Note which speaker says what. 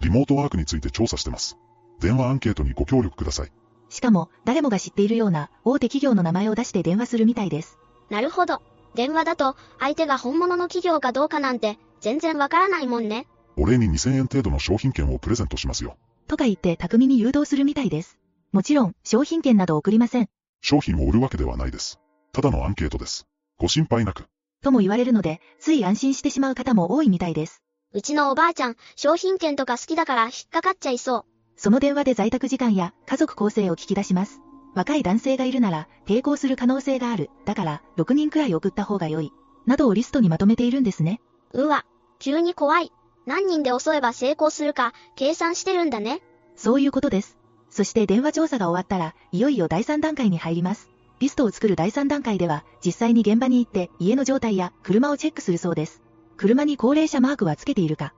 Speaker 1: リモートワークについて調査してます。電話アンケートにご協力ください。
Speaker 2: しかも、誰もが知っているような、大手企業の名前を出して電話するみたいです。
Speaker 3: なるほど。電話だと、相手が本物の企業かどうかなんて、全然わからないもんね。
Speaker 1: お礼に2000円程度の商品券をプレゼントしますよ。
Speaker 2: とか言って巧みに誘導するみたいです。もちろん、商品券など送りません。
Speaker 1: 商品を売るわけではないです。ただのアンケートです。ご心配なく。
Speaker 2: とも言われるので、つい安心してしまう方も多いみたいです。
Speaker 3: うちのおばあちゃん、商品券とか好きだから引っかかっちゃいそ
Speaker 2: その電話で在宅時間や家族構成を聞き出します。若い男性がいるなら、抵抗する可能性がある。だから、6人くらい送った方が良い。などをリストにまとめているんですね。
Speaker 3: う。うわ、急に怖い。何人で襲えば成功するか、計算してるんだね。
Speaker 2: そういうことです。そして電話調査が終わったら、いよいよ第3段階に入ります。リストを作る第3段階では、実際に現場に行って、家の状態や車をチェックするそうです。車に高齢者マークはつけているか、